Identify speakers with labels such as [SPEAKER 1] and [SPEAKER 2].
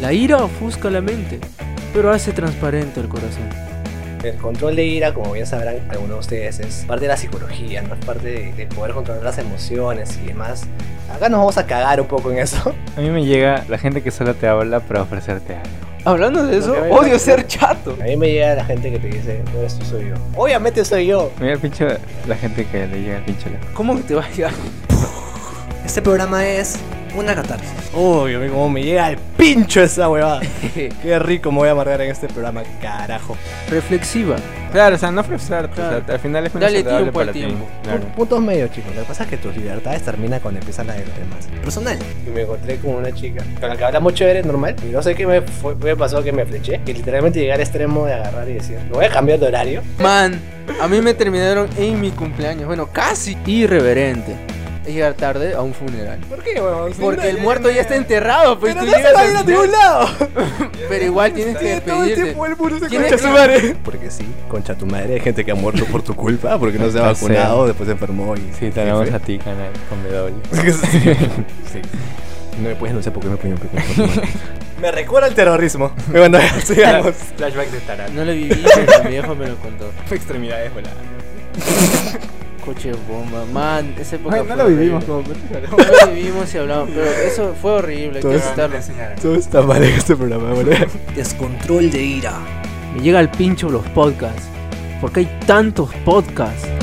[SPEAKER 1] La ira ofusca la mente, pero hace transparente el corazón.
[SPEAKER 2] El control de ira, como bien sabrán algunos de ustedes, es parte de la psicología, no es parte de, de poder controlar las emociones y demás. Acá nos vamos a cagar un poco en eso.
[SPEAKER 3] A mí me llega la gente que solo te habla para ofrecerte algo.
[SPEAKER 1] Hablando de eso,
[SPEAKER 2] que me-
[SPEAKER 1] odio ser chato.
[SPEAKER 2] A mí me llega la gente que te dice, no eres tú, soy yo. Obviamente soy yo.
[SPEAKER 3] Mira el pincho, la gente que le llega el pincho. la-
[SPEAKER 1] ¿Cómo que te va a llegar?
[SPEAKER 2] Este programa es una catarsis. Uy, a mí como me llega el pincho esa huevada. Qué rico me voy a amargar en este programa, carajo.
[SPEAKER 1] Reflexiva.
[SPEAKER 3] Claro, o sea, no frustrarte.
[SPEAKER 1] Claro.
[SPEAKER 3] O sea, al final es una
[SPEAKER 1] Dale
[SPEAKER 3] saludable
[SPEAKER 1] tiempo al
[SPEAKER 3] para ti.
[SPEAKER 1] tiempo.
[SPEAKER 3] Claro.
[SPEAKER 2] Pu- Puntos medios, chicos. Lo que pasa es que tus libertades terminan cuando empiezan las de los demás. Personal. Y me encontré con una chica con la que hablamos chévere, normal. Y no sé qué me, fue- me pasó que me fleché. Y literalmente llegué al extremo de agarrar y decir, me voy a cambiar de horario.
[SPEAKER 1] Man, a mí me terminaron en mi cumpleaños. Bueno, casi. Irreverente. Es llegar tarde a un funeral.
[SPEAKER 2] ¿Por qué, huevón? Si no-
[SPEAKER 1] Porque el muerto ya está enterrado, pues
[SPEAKER 2] Pero
[SPEAKER 1] tú
[SPEAKER 2] no se
[SPEAKER 1] llegas
[SPEAKER 2] va a
[SPEAKER 1] al
[SPEAKER 2] ir a
[SPEAKER 1] funeral,
[SPEAKER 2] ningún lado.
[SPEAKER 1] Pero igual tienes que
[SPEAKER 2] Sí, todo el
[SPEAKER 1] despedirte.
[SPEAKER 2] tiempo el muro se
[SPEAKER 1] Tienes
[SPEAKER 2] concha
[SPEAKER 1] que-
[SPEAKER 2] su madre. Porque sí, concha tu madre, hay gente que ha muerto por tu culpa, porque no se ha
[SPEAKER 3] Ya sé.
[SPEAKER 2] vacunado, después se enfermó y.
[SPEAKER 3] Sí,
[SPEAKER 2] te
[SPEAKER 3] tenemos a ti, canal, con W.
[SPEAKER 2] sí. No me puedes denunciar porque me opinión Me recuerda al terrorismo. Me van a sigamos.
[SPEAKER 3] Flashback de Tarán.
[SPEAKER 1] No lo viví, pero mi viejo me lo contó.
[SPEAKER 3] Extremidades voladas.
[SPEAKER 1] Coche bomba, man, esa época
[SPEAKER 3] Ay, no
[SPEAKER 1] fue
[SPEAKER 3] lo vivimos
[SPEAKER 1] horrible.
[SPEAKER 3] como
[SPEAKER 1] No lo vivimos y hablamos, pero eso fue horrible, hay que
[SPEAKER 2] Todos-
[SPEAKER 1] aceptarlo.
[SPEAKER 2] Todo está mal en este programa, boludo.
[SPEAKER 1] Descontrol de ira. Me llega al pincho los podcasts. Porque hay tantos podcasts.